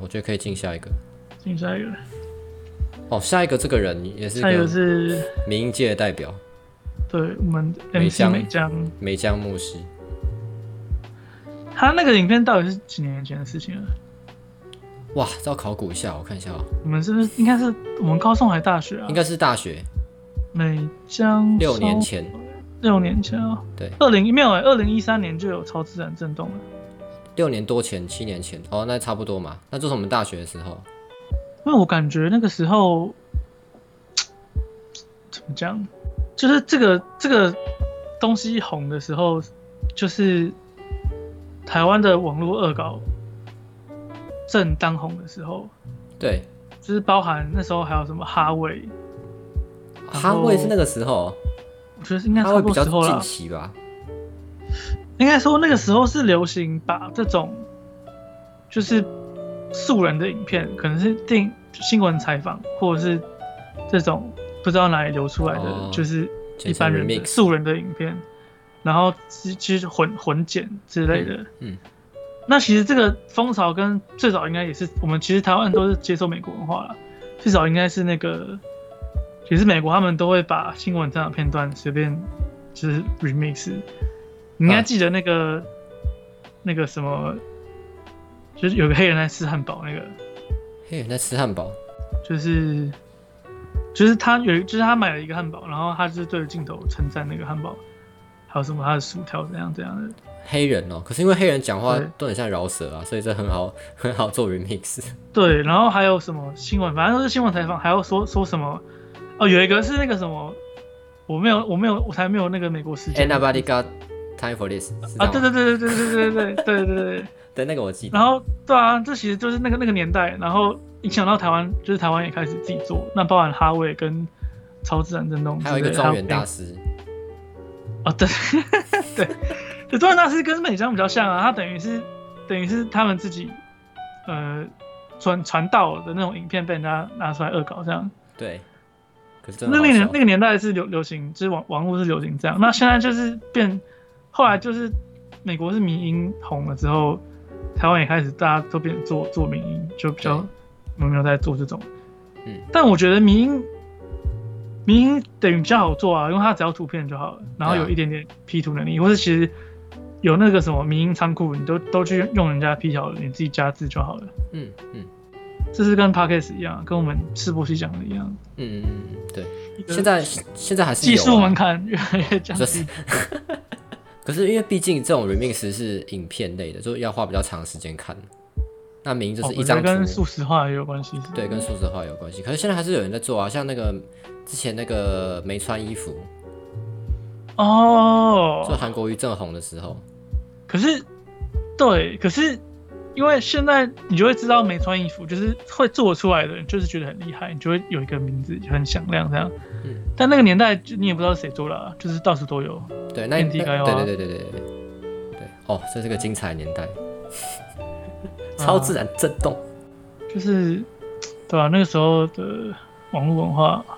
我觉得可以进下一个。哦进下一个，哦，下一个这个人也是下一个个是民音界的代表，对我们美 MC 江美江，梅江牧师。他那个影片到底是几年前的事情啊了？哇，这要考古一下，我看一下哦，我们是不是应该是我们高中还大学啊应？该是大学美江六年烧前。六年前啊、对二零没有哎、二零一三年就有超自然震动了。六年多前，七年前，哦，那差不多嘛，那就是我们大学的时候。因为我感觉那个时候怎么讲，就是这个这个东西红的时候，就是台湾的网络恶搞正当红的时候，对，就是包含那时候还有什么哈维，然哈后卫是那个时候，哦我觉得应该哈差卫不比多较时候近啦。期吧。应该说那个时候是流行把这种就是素人的影片，可能是电新闻采访，或者是这种不知道哪里流出来的，哦就是一简称般人的 remix 素人的影片，然后其其实混混剪之类的。嗯嗯那其实这个风潮跟最早应该也是我们其实台湾都是接受美国文化了，最早应该是那个也是美国他们都会把新闻这样的片段随便就是 remix。你应该啊记得那个、那个什么，就是有个黑人在吃汉堡那个。嘿，那吃汉堡，就是就是他有就是他买了一个汉堡，然后他就是对着镜头称赞那个汉堡，还有什么他的薯条怎样怎样的，黑人哦，可是因为黑人讲话对都很像饶舌啊，所以这很好很好做 remix。对，然后还有什么新闻，反正都是新闻采访，还要说说什么哦，有一个是那个什么，我没有我没有我才没有那个美国时 a 间 n y b o d y got time for this？是这啊，样对对吗对对对对对对对对对，对，那个我记得。然后对啊，这其实就是那个那个年代，然后影响到台湾，就是台湾也开始自己做，那包含哈维跟超自然震动之类的，还有一个庄园还有大师，哦，对， 对，对，中原大师跟美江比较像啊，他等于是等于是他们自己呃传传道的那种影片被人家拿出来恶搞这样。对。可是真的那好那个年笑那个年代是流流行，就是网网络是流行这样。那现在就是变，后来就是美国是民音红了之后，台湾也开始大家都变做做民音，就比较对我们没有在做这种。嗯，但我觉得民音民音等于比较好做啊，因为它只要图片就好了，然后对啊有一点点 P 图能力，或是其实有那个什么民音仓库，你都都去用人家 P 条，你自己加字就好了。嗯嗯这是跟 Podcast 一样，跟我们世博系讲的一样，嗯嗯嗯，嗯对。现在现在还是技有术啊门槛越来越降就低是。可是因为毕竟这种 remix 是影片类的，就是要花比较长时间看。那名就是一张哦我觉得跟图，素食化也有关系。是吗对，跟数字化有关系。可是现在还是有人在做啊，像那个之前那个没穿衣服，就哦，韩国瑜正红的时候，可是对，可是因为现在你就会知道没穿衣服，就是会做出来的人，就是觉得很厉害，你就会有一个名字就很响亮这样。嗯但那个年代就你也不知道是谁做的、啊，就是到处都有。对，那遍那地对开花对对对对对对，对哦，这是个精彩 年代，超自然震动，就是对啊，那个时候的网络文化嗯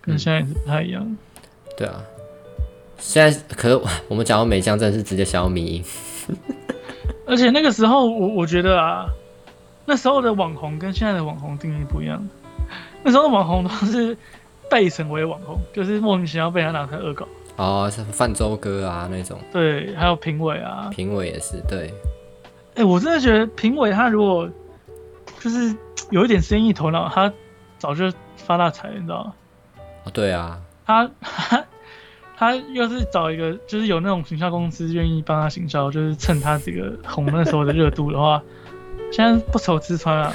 跟现在也是不太一样。对啊。现在可是我们讲到美江，真的是直接想要迷音，而且那个时候我我觉得啊，那时候的网红跟现在的网红定义不一样。那时候的网红都是被成为网红，就是莫名其妙被人家拿出来恶搞。哦，像泛舟歌啊那种，对，还有评委啊，评委也是，对，哎、我真的觉得评委他如果就是有一点生意头脑，他早就发大财，你知道吗？哦对啊，他 他他要是找一个就是有那种行销公司愿意帮他行销，就是趁他这个红那时候的热度的话，现在不愁吃穿啊。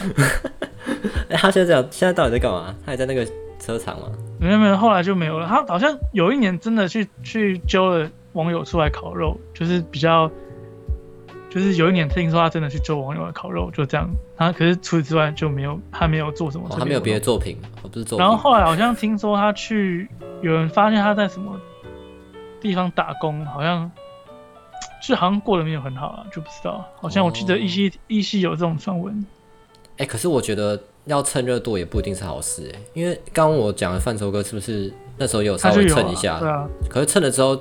哎、他现在这样，现在到底在干嘛？他还在那个车厂吗？没有没有，后来就没有了。他好像有一年真的去去揪了网友出来烤肉，就是比较，就是有一年听说他真的去揪网友来烤肉，就这样。他可是除此之外就没有，他没有做什么哦，特别的活动、他没有别的作品，哦，不是作品。然后后来好像听说他去，有人发现他在什么地方打工，好像是好像过得没有很好啊，就不知道。好像我记得哦一系一系有这种传闻，哎、可是我觉得要蹭热度也不一定是好事哎、因为刚刚我讲的范畴哥是不是那时候也有他稍就微有、啊、蹭一下？对啊，可是蹭了之后，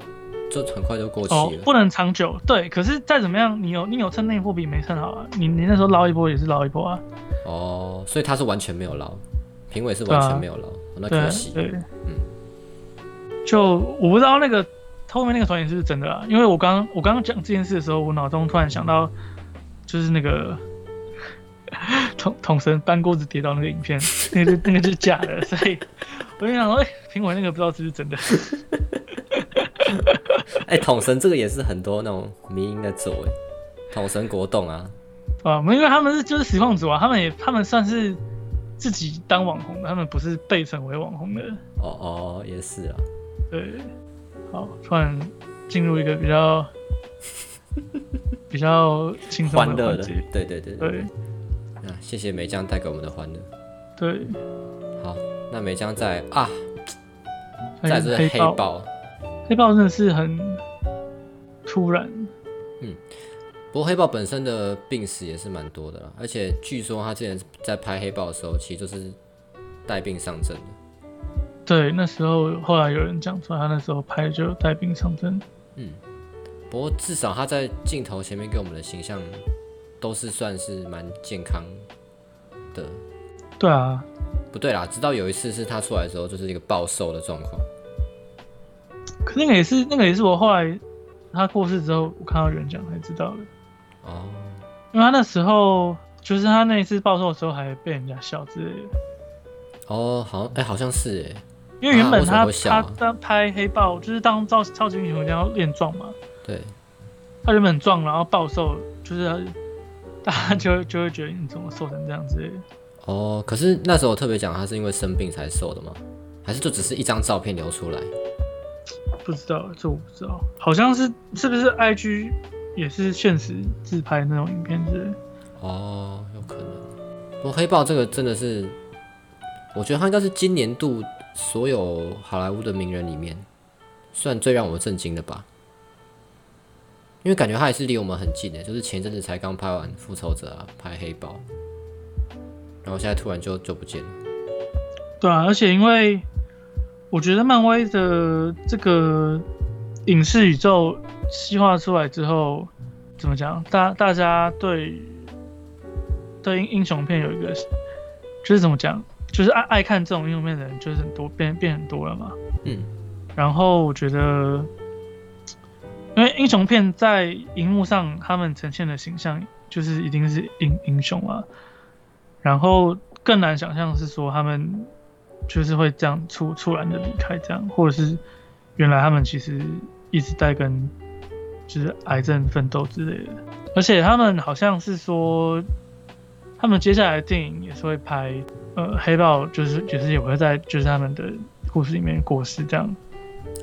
就很快就过期哦了。，不能长久，对。可是再怎么样，你有你有趁那一波比没趁好啊，你你那时候捞一波也是捞一波啊，哦，所以他是完全没有捞，评委是完全没有捞，哦那对啊可惜。对，嗯，就我不知道那个后面那个传言是不是真的啊，因为我刚我刚刚讲这件事的时候，我脑中突然想到，就是那个 桶桶神搬锅子跌倒那个影片， 那个是那个是假的， 所以我就想说，哎、评委那个不知道是不是真的， 哎、统神这个也是很多那种迷因在做哎，统神国栋啊，啊，没有因为他们是就是实况组啊，他们也他们算是自己当网红的，他们不是被成为网红的，哦哦也是啊，对，好，突然进入一个比较比较轻松欢的乐环的节，，对对对对对对。啊，谢谢梅江带给我们的欢乐。对，好，那梅江在啊，再来就是黑豹，豹。黑豹真的是很突然，不过黑豹本身的病史也是蛮多的啦，而且据说他之前在拍黑豹的时候，其实就是带病上阵的。对，那时候后来有人讲说他那时候拍就有带病上阵，不过至少他在镜头前面给我们的形象都是算是蛮健康的。对啊，不对啦，直到有一次是他出来的时候，就是一个暴瘦的状况。可那个也是那个也是我后来他过世之后，我看到有人讲才知道的，哦，因为他那时候就是他那一次暴瘦的时候还被人家笑之类的。哦，好像，哎、好像是哎，因为原本他、啊为什么会笑他啊当拍黑豹，就是当超超级英雄一定要练壮嘛。对，他原本很壮，然后暴瘦，就是他大家就会就会觉得你怎么瘦成这样之类的。哦，可是那时候我特别讲他是因为生病才瘦的吗？还是就只是一张照片流出来？不知道，这我不知道，好像是是不是 IG 也是现实自拍那种影片之类的。哦，有可能。不过黑豹这个真的是，我觉得他应该是今年度所有好莱坞的名人里面，算最让我震惊的吧。因为感觉他也是离我们很近欸的，就是前阵子才刚拍完《复仇者》啊，拍黑豹，然后现在突然就就不见了。对啊，而且因为我觉得漫威的这个影视宇宙细化出来之后，怎么讲？大大家对对英英雄片有一个，就是怎么讲，就是爱爱看这种英雄片的人就是很多，变变很多了嘛。嗯，然后我觉得，因为英雄片在荧幕上他们呈现的形象就是一定是英英雄啊，然后更难想象是说他们就是会这样突突然的离开这样，或者是原来他们其实一直在跟就是癌症奋斗之类的，而且他们好像是说。他们接下来的电影也是会拍，呃，黑豹就是也是也会在就是他们的故事里面过世这样，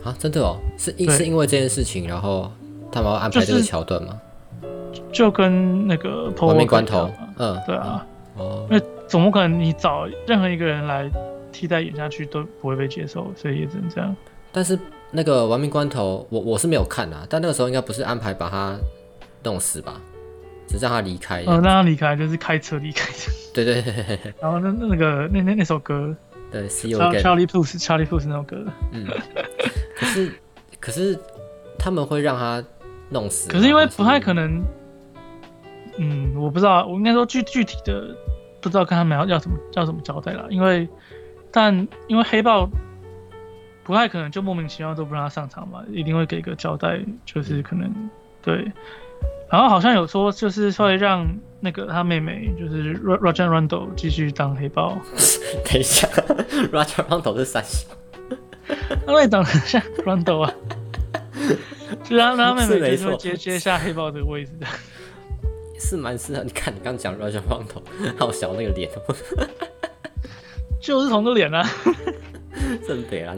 啊，真的哦，是因对是因为这件事情，然后他们要安排这就个是桥段吗？就跟那个 p o 亡命关头，嗯，对啊，哦，因为总不可能你找任何一个人来替代演下去都不会被接受，所以也只能这样。但是那个亡命关头，我我是没有看啊，但那个时候应该不是安排把他弄死吧，只是让他离开。呃，让他离开就是开车离 开，对对对对然后那那那个那那那首歌对，See you Char- again。 Charlie Puth Charlie Puth 那首歌，嗯，可是可是他们会让他弄死吗，可是因为不太还是可能，嗯，我不知道，我应该说具具体的不知道看他们要要怎么要怎么交代啦，因为但因为黑豹不太可能就莫名其妙都不让他上场嘛，一定会给个交代，就是可能对。然后好像有说，就是会让那个他妹妹，就是 Ro- Roger Rondo 继续当黑豹。 等一下，Roger Rondo 是三小，他妹长得像 Rondo 啊，就是他他妹是妹没就是会错接接下黑豹这个位置的。是蛮适合。你看你刚讲 Roger Rondo，好小那个脸， 就是同个脸啊。真北蓝。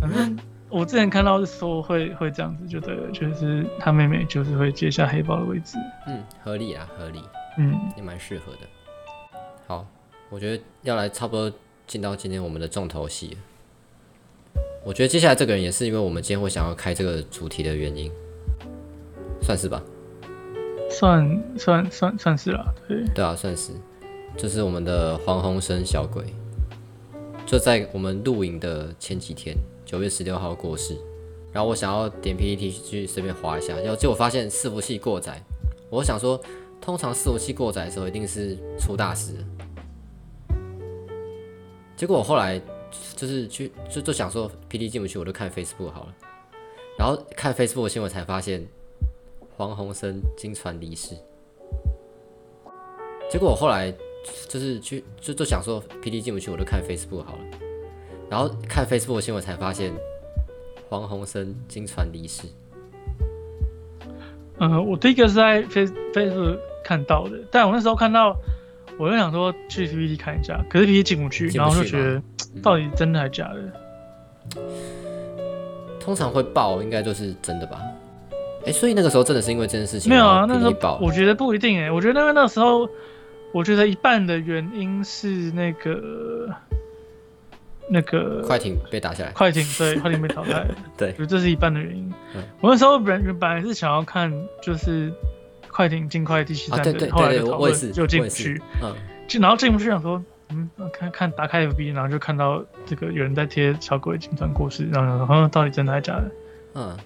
反正我之前看到是说会会这样子，就对了，就是他妹妹就是会接下黑豹的位置。嗯，合理啊，合理。嗯，也蛮适合的。好，我觉得要来差不多进到今天我们的重头戏了。我觉得接下来这个人也是因为我们今天会想要开这个主题的原因，算是吧？算算算算是啦、对，对啊，算是，就是我们的黄鸿升小鬼，就在我们录影的前几天，九月十六号过世。然后我想要点 PPT 去随便划一下，然后结果发现伺服器过载。我想说，通常伺服器过载的时候一定是出大事了。结果我后来就是去就就想说 PPT 进不去，我就看 Facebook 好了。然后看 Facebook 新闻才发现黄鸿升经传离世。结果我后来就是去就就想说 PPT 进不去，我就看 Facebook 好了。然后看 Facebook 新闻才发现黄鸿升经传离世。呃，我第一个是在 Face Facebook 看到的，但我那时候看到，我就想说去 PPT 看一下，可是 PPT 进不去，进不然后去就吗觉得嗯到底真的还假的？通常会爆，应该就是真的吧？哎、所以那个时候真的是因为这件事情没有啊，然那后时 PPT 爆候了我觉得不一定哎、我觉得因为那时候，我觉得一半的原因是那个那个快艇被打下来，快艇 对快艇被淘汰了，对我觉得这是一半的原因嗯。我那时候本原本来是想要看就是快艇尽快第七啊，站对对的，后来对对，就讨我我也论是，就进我不也去是，，嗯，进然后进不去想说，嗯，看看打开 FB，然后就看到这个有人在贴小鬼金传过世，然后然后到底真的还是假的？嗯，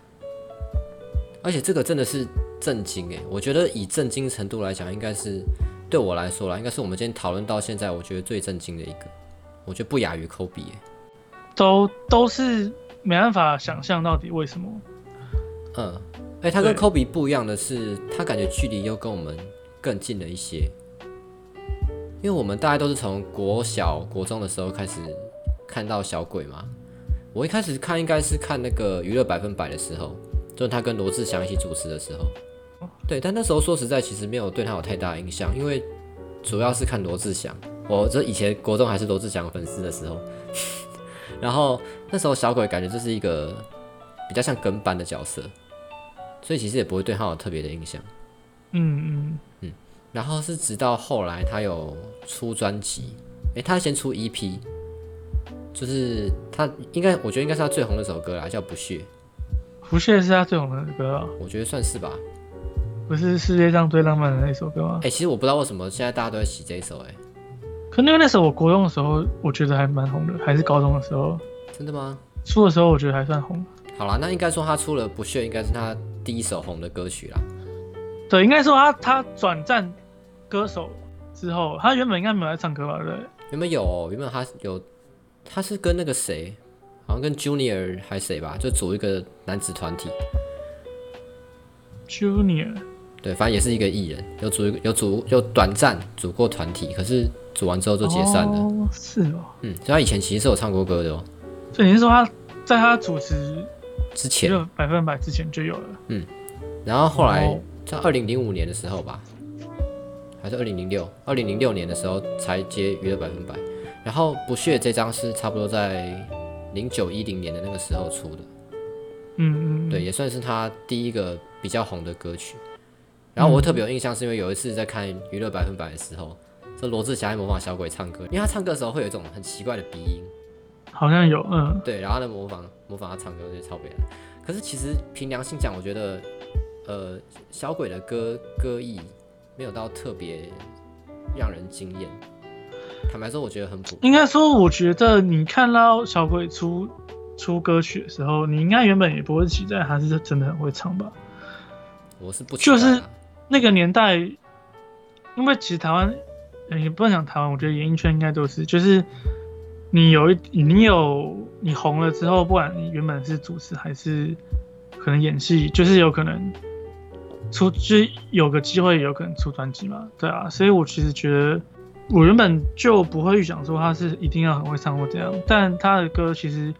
而且这个真的是震惊哎！我觉得以震惊程度来讲，应该是对我来说啦，应该是我们今天讨论到现在，我觉得最震惊的一个，我觉得不亚于科比哎。都都是没办法想象到底为什么。嗯，哎，他跟对科比不一样的是，他感觉距离又跟我们更近了一些，因为我们大概都是从国小、国中的时候开始看到小鬼嘛。我一开始看应该是看那个娱乐百分百的时候，就是他跟罗志祥一起主持的时候。对，但那时候说实在，其实没有对他有太大影响，因为主要是看罗志祥。我这以前国中还是罗志祥粉丝的时候， 然后那时候小鬼感觉就是一个比较像跟班的角色，所以其实也不会对他有特别的印象。嗯然后是直到后来他有出专辑，诶，他先出 EP，就是他应该我觉得应该是他最红的首歌啦，叫《不屑》，嗯，不屑是他最红的歌、啊，我觉得算是吧。不是世界上最浪漫的那首歌吗？诶，其实我不知道为什么现在大家都在洗这一首、诶，可因为那时候我国中的时候，我觉得还蛮红的，还是高中的时候真的吗？出的时候，我觉得还算红。好啦，那应该说他出了《不屑》，应该是他第一首红的歌曲啦。对，应该说他他转战歌手之后，他原本应该没有在唱歌吧？对不对，原本有、哦，原本他有，他是跟那个谁，好像跟 Junior 还谁吧，就组一个男子团体， Junior，对，反正也是一个艺人，有组一个有组有短暂组过团体，可是组完之后就解散了。哦，是哦。嗯，所以他以前其实是有唱过歌的哦，所以你是说他在他主持之前，就百分百之前就有了？然后后来哦在二零零五年的时候吧，还是二零零六，二零零六年的时候才接娱乐百分百，然后不屑这张是差不多在零九一零年的那个时候出的。嗯嗯，对，也算是他第一个比较红的歌曲。嗯然后我特别有印象，是因为有一次在看《娱乐百分百》的时候，这罗志祥在模仿小鬼唱歌，因为他唱歌的时候会有一种很奇怪的鼻音，好像有，嗯，对，然后呢模仿模仿他唱歌，我觉得超北蓝。可是其实凭良心讲，我觉得，呃，小鬼的歌歌艺没有到特别让人惊艳。坦白说，我觉得很普，应该说，我觉得你看到小鬼出出歌曲的时候，你应该原本也不会期待他是真的很会唱吧？我是不期就是待啊那个年代，因为其实台湾，呃也不能讲台湾，我觉得演艺圈应该都是，就是你有一你有你红了之后，不管你原本是主持还是可能演戏，就是有可能出，就是有个机会，有可能出专辑嘛，对啊，所以我其实觉得。我原本就不会预想说他是一定要很会唱或怎样，但他的歌其实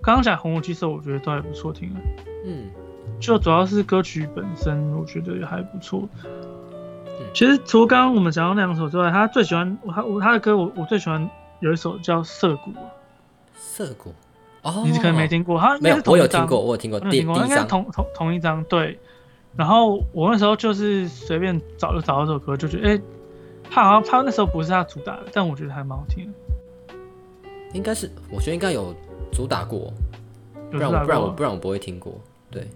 刚刚讲《红火鸡手》，我觉得都还不错听啊。嗯，就主要是歌曲本身，我觉得也还不错。其实除了刚刚我们讲到那两首之外，他最喜欢他我他的歌我，我最喜欢有一首叫《涩谷》，涩谷，哦，你可能没，听过，他应没该有是，同我一有张听过，我有听过，我有第第听过，一应该是张，同同同一张对。然后我那时候就是随便找就找到这首歌，就觉得哎、他好像他那时候不是他主打的，但我觉得还蛮好听的。应该是，我觉得应该有主打过，不有然主打过我不然我吗不然我不会听过。对，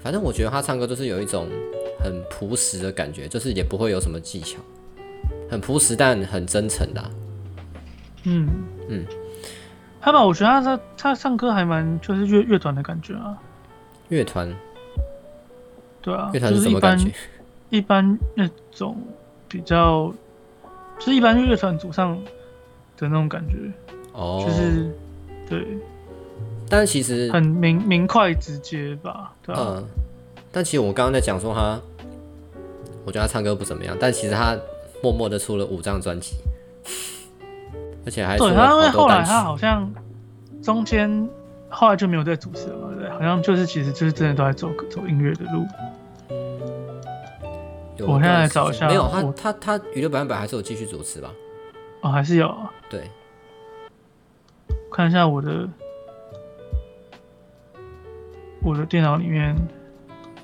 反正我觉得他唱歌就是有一种很朴实的感觉，就是也不会有什么技巧，很朴实但很真诚的啊、嗯，他吧，我觉得他他他唱歌还蛮就是乐乐团的感觉啊，乐团，对啊，乐团哦就是什一么感般觉？一般那种比较，就是一般乐团组上的那种感觉，哦，就是对，但其实，很明明快直接吧，对啊，嗯，但其实我们刚刚在讲说他，我觉得他唱歌不怎么样，但其实他默默的出了五张专辑，而且还出对，了他因为好后多来单曲他。好像中间后来就没有再主持了嘛，对，好像就是其实就是真的都在走走音乐的路，有我现在段来时找一间下没有我他他他娱乐百分百还是有继续主持吧？哦，还是有啊对，看一下我的我的电脑里面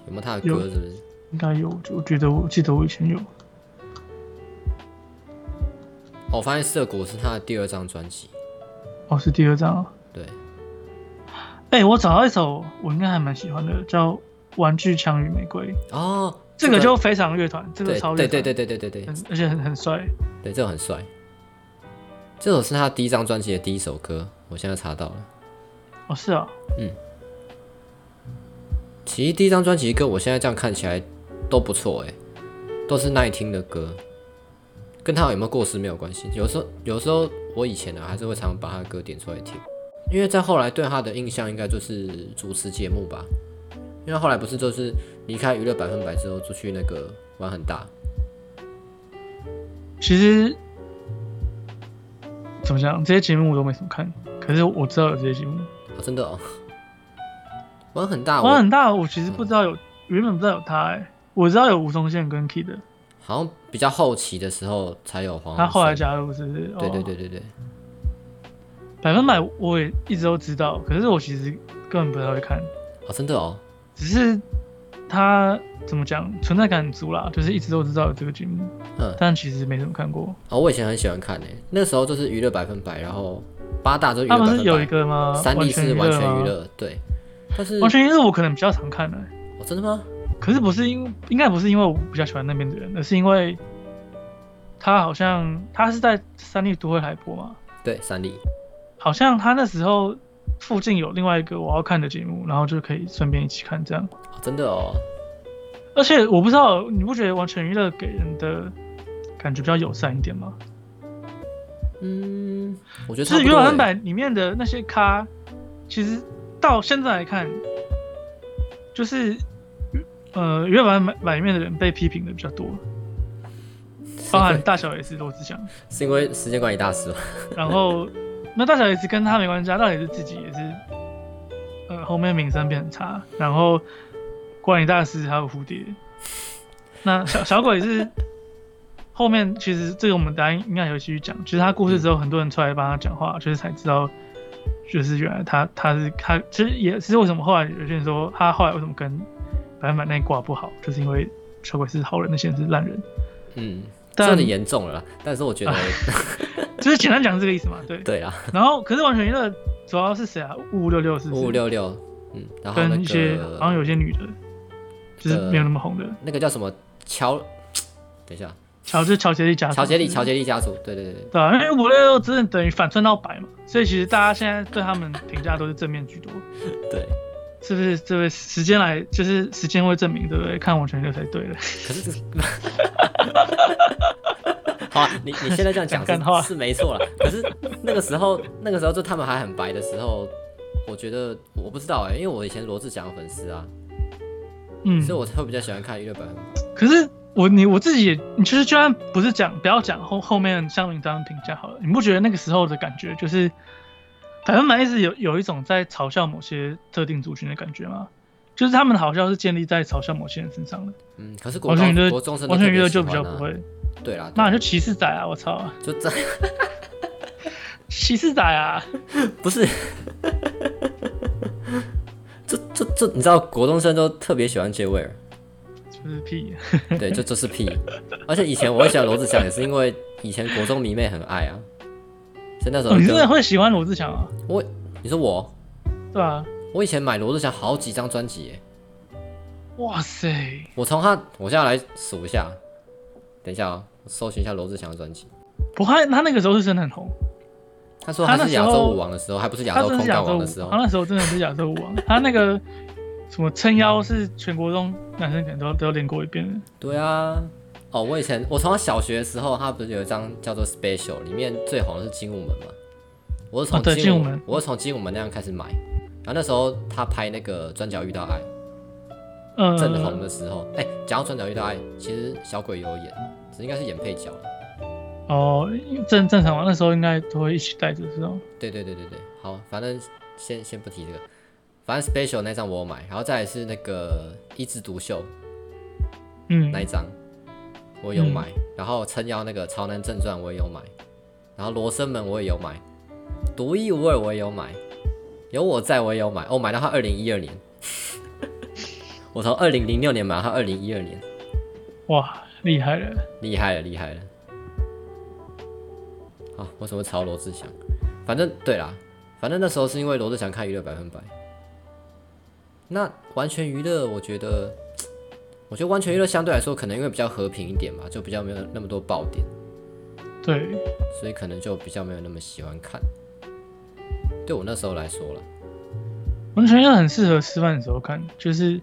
有没有他的有歌？是不是？应该有，我觉得我记得我以前有，哦，我发现《涩谷》是他的第二张专辑，哦，是第二张啊。对，哎、我找到一首我应该还蛮喜欢的，叫《玩具枪与玫瑰》，哦，这个就非常乐团，这个对超乐嗯对团，对对对对对对很，而且很很帅。对，这首很帅。这首是他第一张专辑的第一首歌，我现在查到了。哦，是啊，其实第一张专辑的歌，我现在这样看起来都不错诶，都是耐听的歌，跟他有没有过时没有关系。有时候，有时候我以前呢、啊还是会常常把他的歌点出来听，因为在后来对他的印象应该就是主持节目吧。因为后来不是就是离开娱乐百分百之后，出去那个玩很大，其实怎么讲，这些节目我都没怎么看，可是我知道有这些节目。哦、真的哦， 玩很啊大，我玩很大，我其实不知道有，原本不知道有他、哎，我知道有吴宗宪跟 Kid，的好像比较后期的时候才有黄。他后来，加入是不是？哦对对哦，对对对，百分百我也一直都知道，可是我其实根本不太会看。哦，真的哦，只是他怎么讲存在感很足啦，就是一直都知道有这个节目，嗯，但其实没怎么看过。哦，我以前很喜欢看诶，那时候就是娱乐百分百，然后八大就是娱他乐百们分是百，有一个吗？三立是完完全全娱乐吗，乐，对，但是完全娱乐我可能比较常看的、哦，真的吗？可是不是因应该不是因为我比较喜欢那边的人，而是因为他好像他是在三立都会来播嘛，对，三立，好像他那时候附近有另外一个我要看的节目，然后就可以顺便一起看这样。哦真的哦，而且我不知道你不觉得完全娱乐给人的感觉比较友善一点吗？嗯，我觉得就差是不娱多乐诶版版里面的那些咖，其实到现在来看，就是呃娱乐版版版里面的人被批评的比较多，包含大小 S 罗志祥，是因为时间管理大师吗？然后那大小 S 跟他没关系啊，大小 S 自己也是呃后面名声变很差，然后管理大师还有蝴蝶，那小小鬼是后面其实这个我们大家应该有继续讲，其实他过世之后，很多人出来帮他讲话，就是才知道，就是原来他他是他，其实也是为什么后来有些人说他后来为什么跟百分百那一挂不好，就是因为小鬼是好人，那些人是烂人，嗯，这有但点严重了啦，但是我啊觉得就是简单讲是这个意思嘛，对。 对啦， 然后可是完全娱乐主要是谁啊？五五六六是不是五五六六，嗯，然后那跟一些好像个有些女的，就是没有那么红的，那个叫什么乔，等一下，乔就是乔杰利家族，乔杰利，乔杰利家族，对对对对，对啊，因为五六六真的等于反串到白嘛，所以其实大家现在对他们评价都是正面居多， 对，是不是？这个时间来就是时间会证明，对不对？看完全娱乐才对的。可是这， 好啊，你你现在这样讲讲干话是是没错了。可是那个时候，那个时候就他们还很白的时候，我觉得我不知道哎、因为我以前罗志祥的粉丝啊，嗯，所以我会比较喜欢看娱乐百分百。可是我你我自己也，你就是就算不是讲不要讲后后面乡民这样评价好了，你不觉得那个时候的感觉就是百分百一直有有一种在嘲笑某些特定族群的感觉吗？就是他们的好笑是建立在嘲笑某些人身上的，嗯，可是国完全娱高乐国中生都完特全娱别乐喜就哦欢比啊较不会，对啦，那你就歧视仔啊！我操啊，就这 歧视仔啊！不是，这这这，你知道国中生都特别喜欢 J 威尔，就是屁，对，就就是屁。而且以前我会喜欢罗志祥，也是因为以前国中迷妹很爱啊，所以那时候哦、你真就的会喜欢罗志祥啊？我，你说我，对啊，我以前买罗志祥好几张专辑耶，哇塞，我从他，我现在来数一下，哦等一下啊、我搜寻一下罗志祥的专辑。不过他他那个时候是真的很红，他说他他那是亚时洲候舞王的时候，还不是亚他洲真空是亚干洲王舞的时，候他。那时候真的是亚洲舞 王，他那个什么撑腰是全国中男生可能都都练过一遍的。对啊，哦，我以前我从小学的时候，他不是有一张叫做 Special，里面最红的是精武门嘛。我是从哦对精武精武门我是从精武门那样开始买。然后那时候他拍那个《转角遇到爱》呃，正红的时候，哎、讲到《转角遇到爱》，其实小鬼有演，只是应该是演配角。哦，正正常嘛，那时候应该都会一起带着这种。对对对对对，好，反正先先不提这个，反正 Special 那张我有买，然后再来是那个一枝独秀嗯那一张，我有买，然后撑腰那个潮男正传我也有买，然后罗生门我也有买，独一无二我也有买，有我在我也有买，哦，买到他二零一二年， 我从二零零六年买到他二零一二年，哇，厉害了！厉害了，厉害了。好，我怎么抄罗志祥？反正对啦，反正那时候是因为罗志祥看娱乐百分百。那完全娱乐，我觉得，我觉得完全娱乐相对来说，可能因为比较和平一点吧，就比较没有那么多爆点，对，所以可能就比较没有那么喜欢看。对我那时候来说了，完全要很适合吃饭的时候看，就是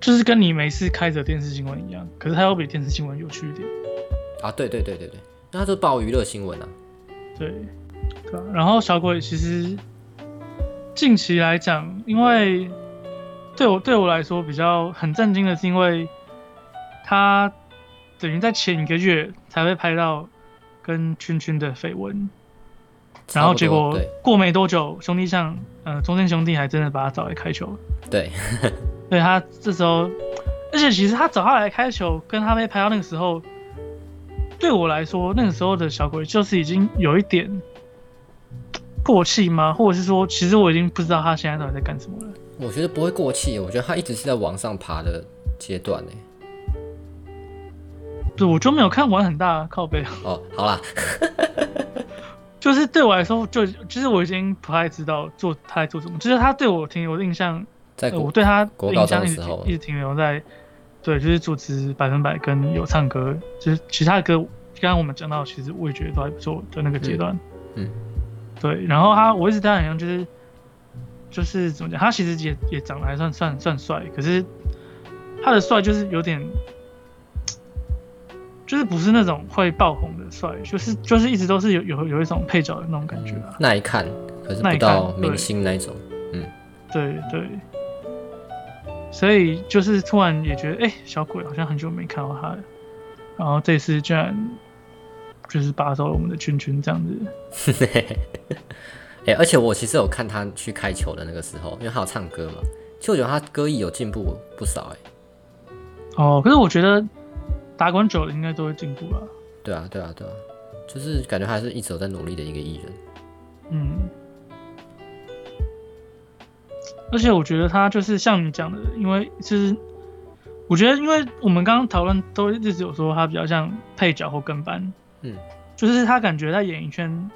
就是跟你没事开着电视新闻一样，可是它要比电视新闻有趣一点。啊，对对对对对，那他就报娱乐新闻啊，对，对啊、然后小鬼其实近期来讲，因为对我对我来说比较很震惊的是，因为他等于在前一个月才会拍到跟圈圈的绯闻，然后差结不多果对过没多久，兄弟像呃中间兄弟还真的把他找来开球了，对， 对他这时候，而且其实他找他来开球，跟他被拍到那个时候，对我来说，那个时候的小鬼就是已经有一点过气吗？或者是说，其实我已经不知道他现在到底在干什么了。我觉得不会过气，我觉得他一直是在往上爬的阶段欸呢。对，我就没有看完很大靠背，啊哦，好啦， 就是对我来说，就其实我已经不太知道做他在做什么。就是他对我挺有印象，在呃国我对他国高印中象的一直时候停一直停留在，对，就是主持百分百跟有唱歌，就是其他的歌，刚刚我们讲到，其实我也觉得都还不错的那个阶段嗯嗯对，然后他我一直对他很像就是就是怎么讲，他其实也也长得还算算算帅，可是他的帅就是有点。就是不是那种会爆红的帅，就是就是一直都是有有有一种配角的那种感觉啊。耐看，可是耐看不到对明星那一种。 对对，所以就是突然也觉得，哎、小鬼好像很久没看到他了，然后这次居然就是拔走了我们的圈圈这样子。哎、而且我其实有看他去开球的那个时候，因为他有唱歌嘛，其实我觉得他歌艺有进步不少哎、哦，可是我觉得打滚久了应该都会进步了。对啊，对啊，对啊，就是感觉他还是一直有在努力的一个艺人。嗯，而且我觉得他就是像你讲的，因为就是我觉得，因为我们刚刚讨论都一直有说他比较像配角或跟班，嗯，就是他感觉在演艺圈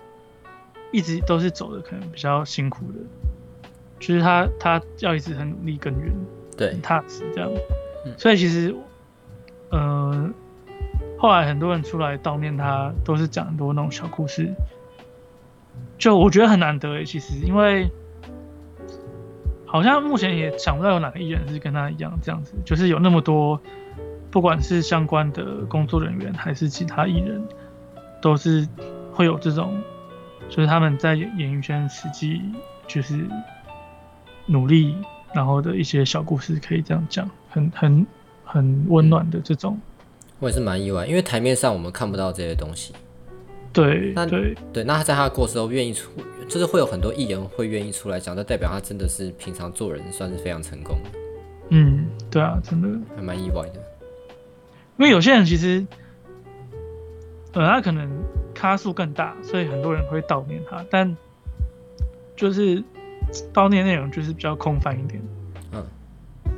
一直都是走的可能比较辛苦的，就是他他要一直很努力耕耘，对很，踏实这样嗯。所以其实，呃，后来很多人出来悼念他，都是讲很多那种小故事，就我觉得很难得欸诶，其实因为好像目前也想不到有哪个艺人是跟他一样这样子，就是有那么多，不管是相关的工作人员还是其他艺人，都是会有这种，就是他们在演演艺圈实际就是努力，然后的一些小故事，可以这样讲，很很很温暖的这种。我也是蛮意外，因为台面上我们看不到这些东西。对嗯那对对，那他在他过世后愿意出，就是会有很多艺人会愿意出来讲，这代表他真的是平常做人算是非常成功的，嗯，对啊，真的，还蛮意外的。因为有些人其实，呃，他可能咖数更大，所以很多人会悼念他，但就是悼念内容就是比较空泛一点。嗯，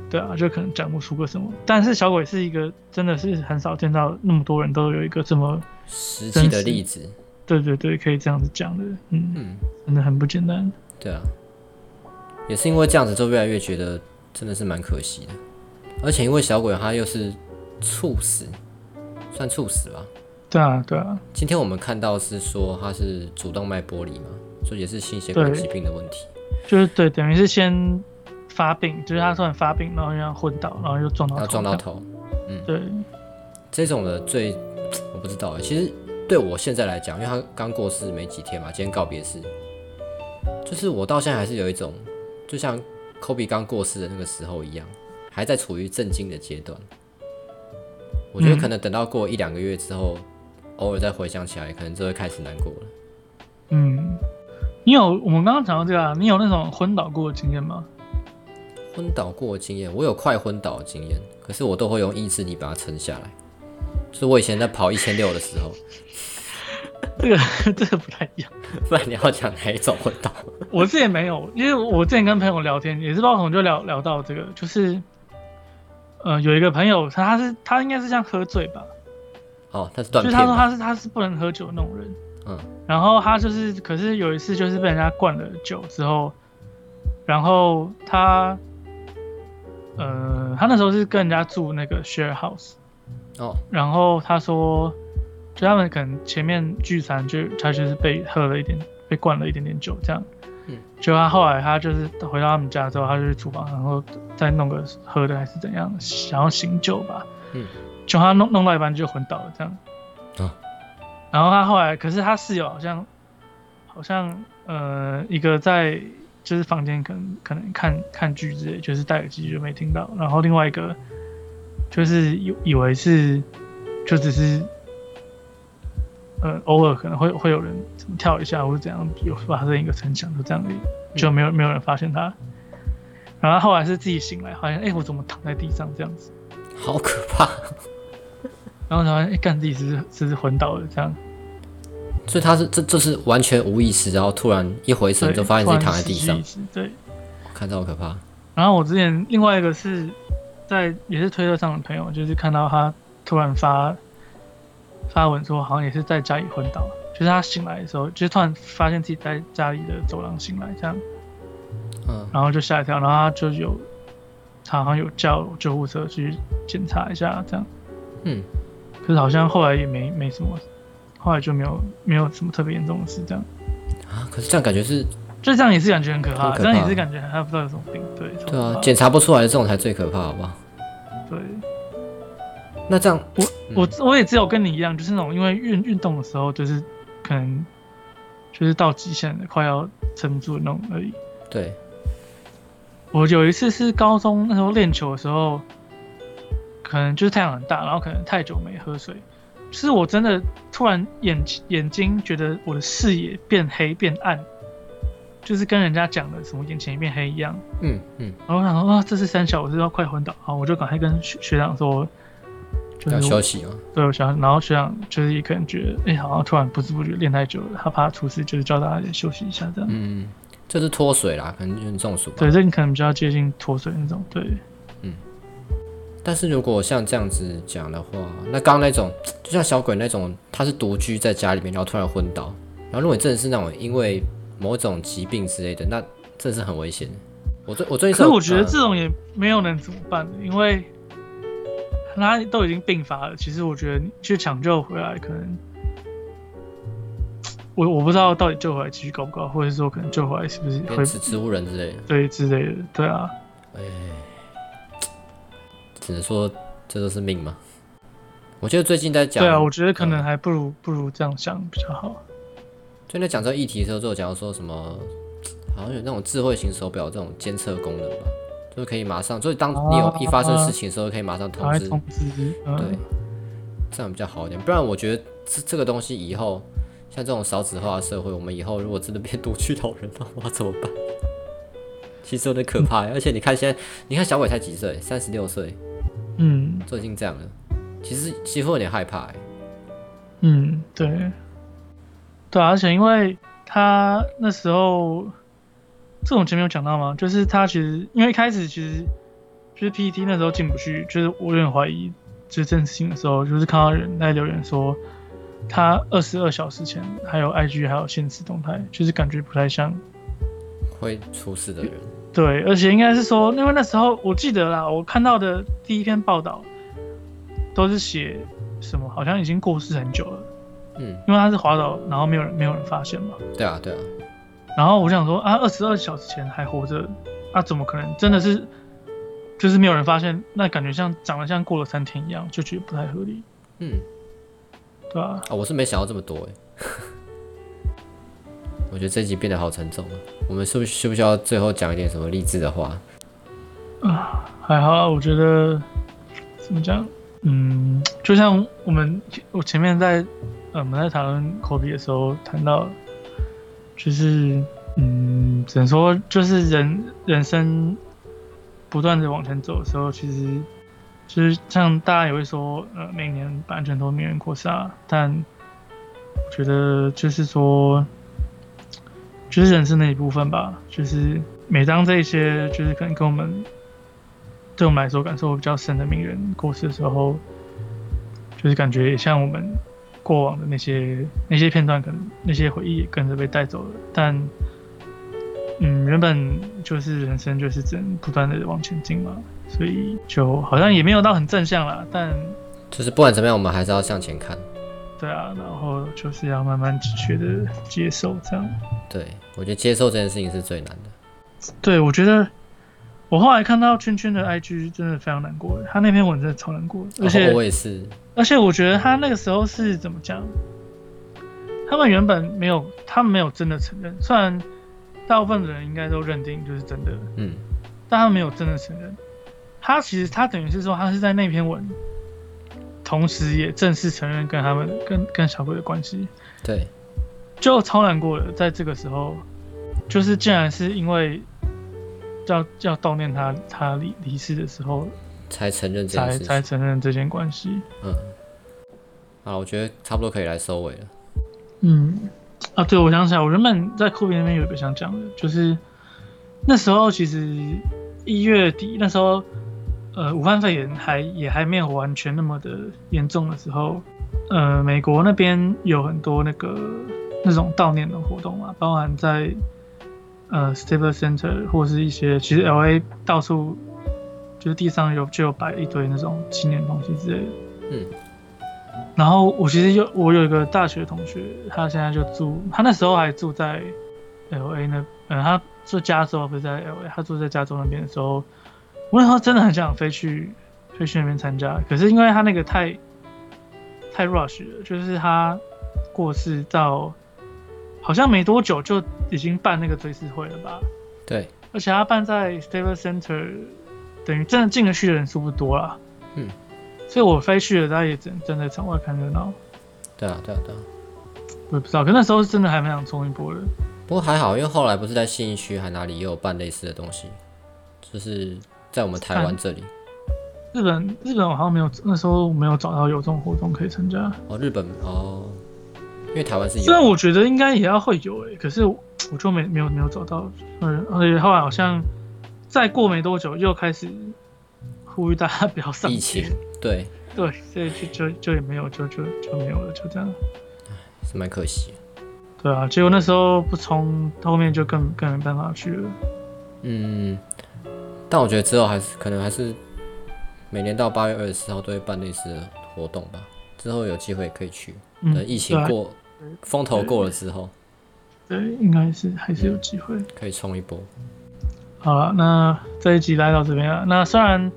对啊，就可能讲不出个什么。但是小鬼是一个真的是很少见到那么多人都有一个这么，实真际的实例子，对对对，可以这样子讲的，嗯，嗯，真的很不简单。对啊，也是因为这样子，就越来越觉得真的是蛮可惜的。而且因为小鬼他又是猝死，算猝死吧，对啊，对啊，今天我们看到是说他是主动脉剥离嘛，所以也是心血管对疾病的问题。就是对，等于是先发病，就是他突然发病，然后让昏倒，然后又撞到他头撞到这样头，对，这种的最我不知道欸。其实对我现在来讲，因为他刚过世没几天嘛，今天告别式，就是我到现在还是有一种，就像 Kobe 刚过世的那个时候一样，还在处于震惊的阶段。我觉得可能等到过一两个月之后，偶尔再回想起来，可能就会开始难过了。嗯，你有我们刚刚讲到这个、啊，你有那种昏倒过的经验吗？昏倒过的经验，我有快昏倒的经验，可是我都会用意志力把它撑下来。就是我以前在跑一千六的时候， 这个 这个不太一样，不然你要讲哪一种昏倒？我自己没有，因为我之前跟朋友聊天，也是不知道为什么就聊聊到这个，就是，呃，有一个朋友他他是他应该是这样喝醉吧，哦，它是断就片是他说吗？他是他是不能喝酒的那种人，嗯，然后他就是，可是有一次就是被人家灌了酒之后，然后他，呃，他那时候是跟人家住那个 share house，哦，然后他说，就他们可能前面聚餐就他就是被喝了一点，被灌了一点点酒这样，嗯，就他后来他就是回到他们家之后，他就去厨房，然后再弄个喝的还是怎样，想要醒酒吧，嗯，就他弄弄到一半就昏倒了这样，啊然后他后来可是他室友好像好像呃一个在就是房间可能可能看看剧之类，就是戴耳机就没听到，然后另外一个。就是以以为是，就只是，呃，偶尔可能会会有人跳一下或者怎样，有发生一个声响，就这样而已，就没有没有人发现他。然后他后来是自己醒来，发现哎、诶我怎么躺在地上这样子？好可怕！ 然后才发现哎，诶干、自己是不是是不是昏倒了这样？所以他是这这是完全无意识，然后突然一回神对就发现自己躺在地。突上然，失去意识对。看这好可怕。然后我之前另外一个是在也是推特上的朋友，就是看到他突然发发文说，好像也是在家里昏倒，就是他醒来的时候，就是突然发现自己在家里的走廊醒来这样，嗯，然后就吓一跳，然后他就有他好像有叫救护车去检查一下这样，嗯，可是好像后来也没没什么，后来就没有没有什么特别严重的事这样，啊，可是这样感觉是就这样也是感觉很可怕，很可怕这样也是感觉他不知道有什么病，对，超对啊可，怕检查不出来的这种才最可怕，好不好？对。嗯那这样我我也只有跟你一样，就是那种因为运运动的时候，就是可能就是到极限了，快要撑不住的那种而已。对，我有一次是高中那时候练球的时候，可能就是太阳很大，然后可能太久没喝水，就是我真的突然眼眼睛觉得我的视野变黑变暗，就是跟人家讲的什么眼前一片黑一样。嗯嗯，然后我想说啊，这是三小，我是要快昏倒，好，我就赶快跟学学长说，就要是休息嘛。对，我想，然后学长就是也可能觉得，哎、好像突然不知不觉练太久了，他怕出事，就是叫大家休息一下这样。嗯，这是脱水啦，可能就是中暑吧。对，这个可能比较接近脱水那种。对，嗯但是如果像这样子讲的话，那刚刚那种，就像小鬼那种，他是独居在家里面，然后突然昏倒，然后如果你真的是那种因为某种疾病之类的，那真的是很危险。我最我最可是近是有我觉得嗯这种也没有能怎么办，因为他都已经病发了，其实我觉得你去抢救回来，可能我我不知道到底救回来几率高不高，或者说可能救回来是不是会变植植物人之类的，对之类的。对啊，哎，只能说这都是命嘛。我觉得最近在讲，对啊，我觉得可能嗯还不如不如这样想比较好。最近在讲这个议题的时候，就有讲到说什么，好像有那种智慧型手表这种监测功能吧，就是可以马上，就是当你有一发生事情的时候，可以马上赶通快知啊通知，嗯、对，这样比较好一点。不然我觉得这这个东西以后，像这种少子化的社会，我们以后如果真的变独居老人的话，怎么办？其实有点可怕欸。而且你看现在，你看小伟才几岁，三十六岁，嗯就已经这样了。其实其实会有点害怕欸。嗯，对，对啊、而且因为他那时候，这种前面有讲到吗？就是他其实因为一开始其实就是 PET 那时候进不去，就是我有点怀疑，就是正式性的时候，就是看到人在留言说他二十二小时前还有 IG 还有现实动态，就是感觉不太像。会出事的人，对，而且应该是说，因为那时候我记得啦，我看到的第一篇报道都是写什么，好像已经过世很久了，嗯，因为他是滑倒，然后没有人没有人发现嘛。对啊，对啊，然后我想说啊，二十二小时前还活着，啊，怎么可能真的是就是没有人发现？那感觉像长得像过了三天一样，就觉得不太合理，嗯，对吧、啊，我是没想到这么多哎。 我觉得这一集变得好沉重啊！我们是不是需不需要最后讲一点什么励志的话？还好啊，我觉得怎么讲，嗯，就像我们我前面在呃我们在讨论口笔的时候谈到，就是嗯，只能说就是人人生不断的往前走的时候，其实就是像大家也会说，呃，每年板全都名人过世啊，但我觉得就是说，就是人生的一部分吧，就是每当这些就是可能跟我们对我们来说感受比较深的名人过世的时候，就是感觉也像我们过往的那些那些片段，可能那些回忆也跟着被带走了。但，嗯，原本就是人生就是只能不断的往前进嘛，所以就好像也没有到很正向啦。但就是不管怎么样，我们还是要向前看。对啊，然后就是要慢慢学的接受这样。对我觉得接受这件事情是最难的。对，我觉得我后来看到圈圈的 IG 真的非常难过，他那篇文真的超难过，而然且、后我也是，而且我觉得他那个时候是怎么讲？他们原本没有，他们没有真的承认，虽然大部分的人应该都认定就是真的，嗯，但他们没有真的承认。他其实他等于是说，他是在那篇文，同时也正式承认跟他们跟跟小鬼的关系，对，就超难过的。在这个时候，就是竟然是因为要要悼念他他离离世的时候，才承认这件才事才情。承认这件关系。啊，我觉得差不多可以来收尾了。嗯，啊，对，我想起来，我原本在酷比那边有一个想讲的，就是那时候其实一月底，那时候呃，武汉肺炎还也还没有完全那么的严重的时候，呃，美国那边有很多那个那种悼念的活动嘛，啊包含在呃 Staples Center 或是一些其实 LA 到处就是地上有就有摆一堆那种纪念东西之类的。然后我其实有我有一个大学同学，他现在就住，他那时候还住在 L A 那，嗯，他住加州，不是在 L A，他住在加州那边的时候，我那时候真的很想飞去飞去那边参加，可是因为他那个太太 rush 了，就是他过世到好像没多久就已经办那个追思会了吧，对，而且他办在 Staples Center，等于真的进得去的人数不多啦。嗯，所以我飞去了，大家也只能站在场外看热闹。对啊，对啊，对啊。我也不知道，可那时候是真的还蛮想冲一波的。不过还好，因为后来不是在信义区还哪里也有办类似的东西，就是在我们台湾这里。日本日本我好像没有，那时候没有找到有这种活动可以参加。哦，日本哦，因为台湾是虽然有，我觉得应该也要会有诶、可是我我就没没有没有找到。嗯，而且后来好像再过没多久又开始呼吁大家不要上街疫情，对，对，所以就就就也没有，就就就没有了，就这样。是蛮可惜的。对啊，结果那时候不冲，后面就更更没办法去了。嗯，但我觉得之后还是可能还是每年到八月二十四号都会办类似的活动吧。之后有机会可以去，嗯，等疫情对啊过、风头过了之后，对，应该是还是有机会。可以冲一波。好了，那这一集来到这边了。那虽然，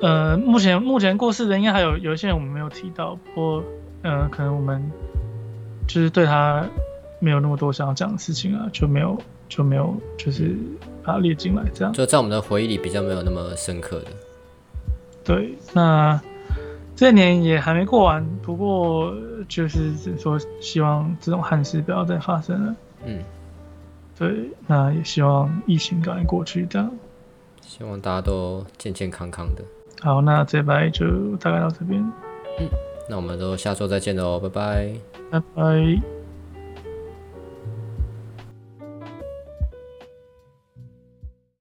呃，目前目前过世的应该还有有一些人我们没有提到，不过，呃，可能我们就是对他没有那么多想要讲的事情啊，就没有就没有就是把它列进来这样。就在我们的回忆里比较没有那么深刻的。对，那这年也还没过完，不过就是只说希望这种憾事不要再发生了。嗯，对，那也希望疫情赶快过去。这样，希望大家都健健康康的。好，那这拜就大概到这边，那我们都下周再见喽，拜拜。拜拜。